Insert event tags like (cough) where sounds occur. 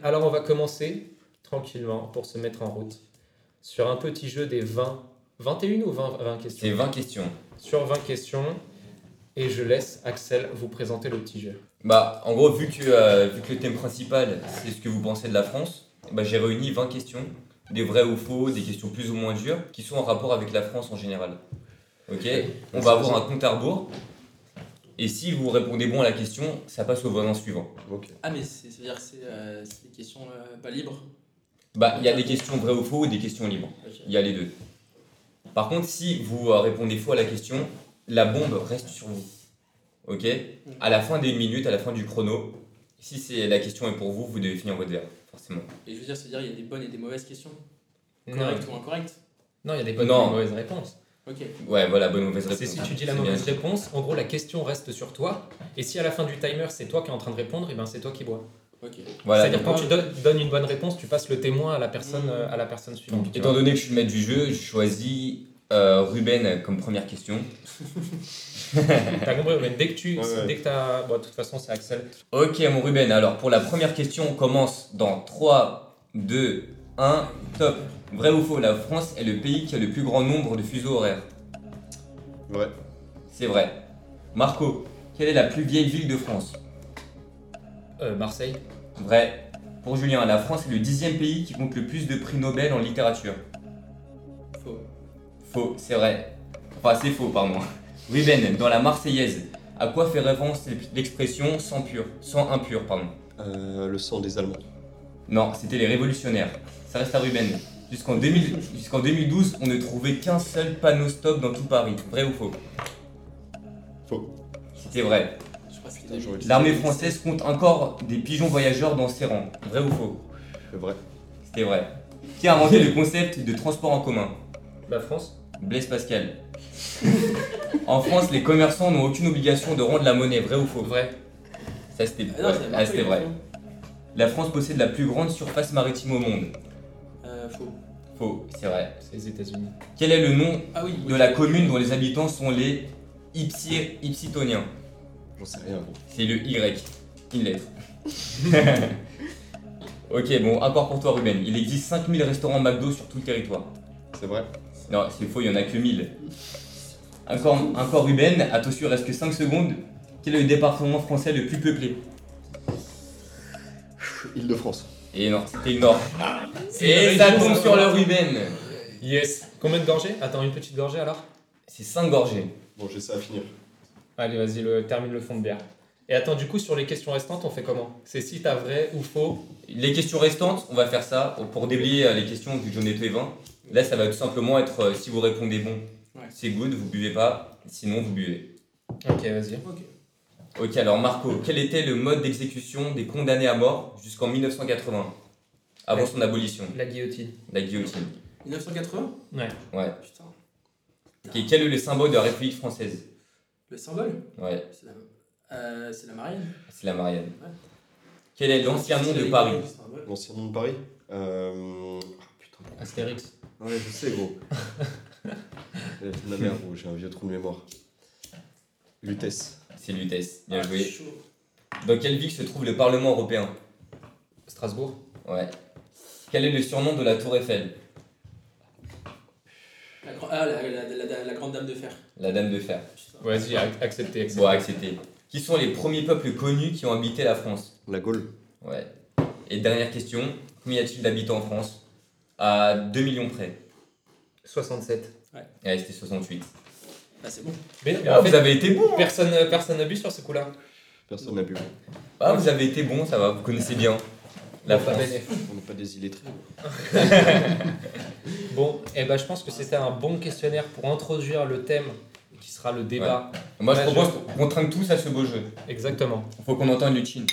Alors on va commencer tranquillement pour se mettre en route sur un petit jeu des 20, 21 ou 20, 20 questions C'est 20 questions. Sur 20 questions. Et je laisse Axel vous présenter le petit jeu. Bah, en gros, vu que, euh, vu que le thème principal, c'est ce que vous pensez de la France, bah, j'ai réuni 20 questions, des vrais ou faux, des questions plus ou moins dures, qui sont en rapport avec la France en général. Ok On va avoir un compte à rebours. Et si vous répondez bon à la question, ça passe au voisin suivant. Ok. Ah, mais c'est- ça veut dire que c'est euh, c'est des questions euh, pas libres Bah, il y a des questions vraies ou faux et des questions libres. Ok. Il y a les deux. Par contre, si vous euh, répondez faux à la question, la bombe reste sur vous. Ok À la fin des 1 minute, à la fin du chrono, si c'est la question est pour vous, vous devez finir votre verre, forcément. Et je veux dire, ça veut dire qu'il y a des bonnes et des mauvaises questions Non, Correctes ou incorrectes non, il y a des bonnes Non. et des mauvaises réponses. Ok. Ouais, voilà, bonne ou mauvaise réponse. hein. C'est si tu dis la C'est bien. mauvaise réponse, en gros la question reste sur toi. Et si à la fin du timer c'est toi qui es en train de répondre, et ben c'est toi qui bois. Ok. Voilà, C'est-à-dire donc, quand tu don- donnes une bonne réponse, tu passes le témoin à la personne, euh, à la personne suivante. tu étant vois. donné que je suis le maître du jeu, je choisis euh, Ruben comme première question. T'as compris, mais dès que tu, Ouais, ouais. dès que t'as, bon, de toute façon c'est Axel. Ok, mon Ruben, alors pour la première question, on commence dans 3, 2, 1, top. Vrai ou faux, la France est le pays qui a le plus grand nombre de fuseaux horaires. Vrai. C'est vrai. Marco, quelle est la plus vieille ville de France Euh, Marseille, Vrai. Pour Julien, la France est le dixième pays qui compte le plus de prix Nobel en littérature. Faux. Faux, c'est vrai. Enfin, c'est faux, pardon. (laughs) Ruben, dans la Marseillaise, à quoi fait référence l'expression sans pur, sans impur, pardon Euh, le sang des Allemands. Non, c'était les révolutionnaires. Ça reste à Ruben. Jusqu'en 2000 jusqu'en 2012, on ne trouvait qu'un seul panneau stop dans tout Paris. Vrai ou faux Faux. C'était vrai. Je crois que c'était Putain, des- j'aurais dit L'armée française compte encore des pigeons voyageurs dans ses rangs. Vrai ou faux Vrai. C'était vrai. Qui a inventé le concept de transport en commun la France. Blaise Pascal. (laughs) en France, les commerçants n'ont aucune obligation de rendre la monnaie. Vrai ou faux Vrai. Ça c'était Ah non, c'était ah, c'était vrai. La France possède la plus grande surface maritime au monde. Euh, faux. Faux, c'est vrai. C'est les États-Unis. Quel est le nom Ah oui. de la commune dont les habitants sont les Ipsi- Ipsitoniens. J'en sais rien. gros. C'est le Y, une lettre. (laughs) ok, bon, encore pour toi, Ruben. Il existe 5000 restaurants McDo sur tout le territoire. C'est vrai. Non, c'est faux, il n'y en a que 1000. Encore, encore Ruben, attention, il reste que 5 secondes. Quel est le département français le plus peuplé Île-de-France. Et Eh non, c'était le Nord. Et ça tombe sur le Ruben Yes. Combien de gorgées Attends, une petite gorgée alors C'est 5 gorgées. Bon, j'ai ça à finir. Allez, vas-y, le, termine le fond de bière. Et attends, du coup, sur les questions restantes, on fait comment C'est si t'as vrai ou faux Les questions restantes, on va faire ça pour déblayer euh, les questions vu que j'en ai fait 20. Là, ça va tout simplement être euh, si vous répondez bon, Ouais. c'est good, vous buvez pas, sinon vous buvez. Ok, vas-y. Ok. Ok, alors Marco, quel était le mode d'exécution des condamnés à mort jusqu'en 1980 Avant Ouais. son abolition, La guillotine. la guillotine. 1980 Ouais. Ouais. Putain. Ok, quel est le symbole de la République française Le symbole Ouais, C'est la, euh, c'est la marine. c'est la Marianne. Ouais. Quel est l'ancien nom C'est de les- Paris le symbole. L'ancien nom de Paris Euh. Ah putain. Astérix. Ouais, je sais, gros. Elle a fait de la merde, gros. J'ai un vieux trou de mémoire. Lutèce. C'est Lutèce, bien Ah, joué. chaud. Dans quelle ville se trouve le Parlement européen Strasbourg. Ouais. Quel est le surnom de la Tour Eiffel La, grand- ah, la, la- la- la- la grande dame de fer. La Dame de Fer. Putain. Vas-y, ac- accepté, accepté. Bon, accepté. Qui sont les premiers peuples connus qui ont habité la France La Gaule. Ouais. Et dernière question, combien y a-t-il d'habitants en France À 2 millions près. 67. Ouais, c'était 68. Bah, c'est bon. Mais non, mais Ah, en fait, vous avez été bon personne euh, personne n'a bu sur ce coup-là. Personne n'a bu. Ah, vous avez été bon, ça va, vous connaissez bien la Bon, pas France. bénéf. On n'est pas des illettrés. Bon, gros. et ben je pense que c'était un bon questionnaire pour introduire le thème qui sera le débat. Moi, bah, je Ouais, propose qu'on trinque tous à ce beau jeu. Exactement. Faut qu'on entende le chin.